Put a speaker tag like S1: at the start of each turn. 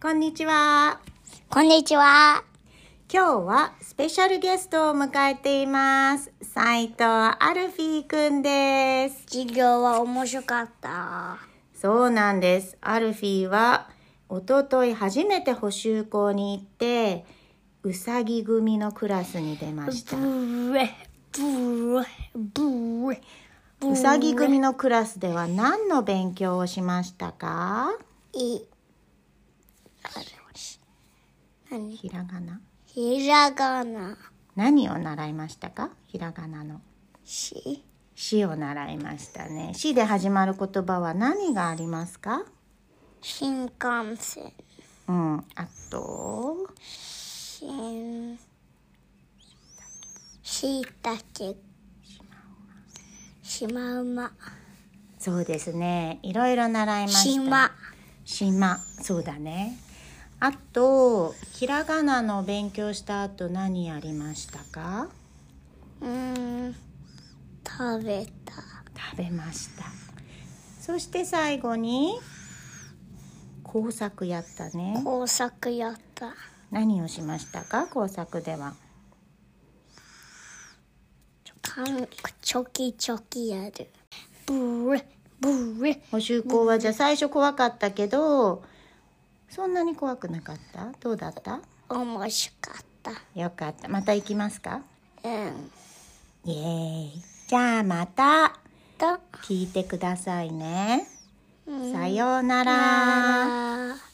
S1: こんにちは。
S2: こんにちは。
S1: 今日はスペシャルゲストを迎えています。斉藤アルフィーくんです。
S2: 授業は面白かった。
S1: そうなんです。アルフィーは、おととい初めて補習校に行って、うさぎ組のクラスに出ました。
S2: ブレ、ブレ、ブレ。
S1: うさぎ組のクラスでは何の勉強をしましたか
S2: い。あれ何
S1: ひらがな。
S2: ひらがな。
S1: 何を習いましたかひらがなの。
S2: し。
S1: しを習いましたね。しで始まる言葉は何がありますか
S2: 新幹線。
S1: うん。あと、
S2: 新。しいたけ。しまうま。
S1: そうですね。いろいろ習いました。
S2: しま。
S1: 島そうだねあとひらがなの勉強した後何やりましたか
S2: うーん。食べた。
S1: 食べましたそして最後に工作やったね
S2: 工作やった。
S1: 何をしましたか工作では
S2: かんチョキチョキやるブレブレ
S1: 補習校はじゃあ最初怖かったけどそんなに怖くなかったどうだった
S2: 面白かった
S1: よかったまた行きますか
S2: うん
S1: イエーイじゃあまた
S2: と
S1: 聞いてくださいね
S2: う
S1: さようなら
S2: あー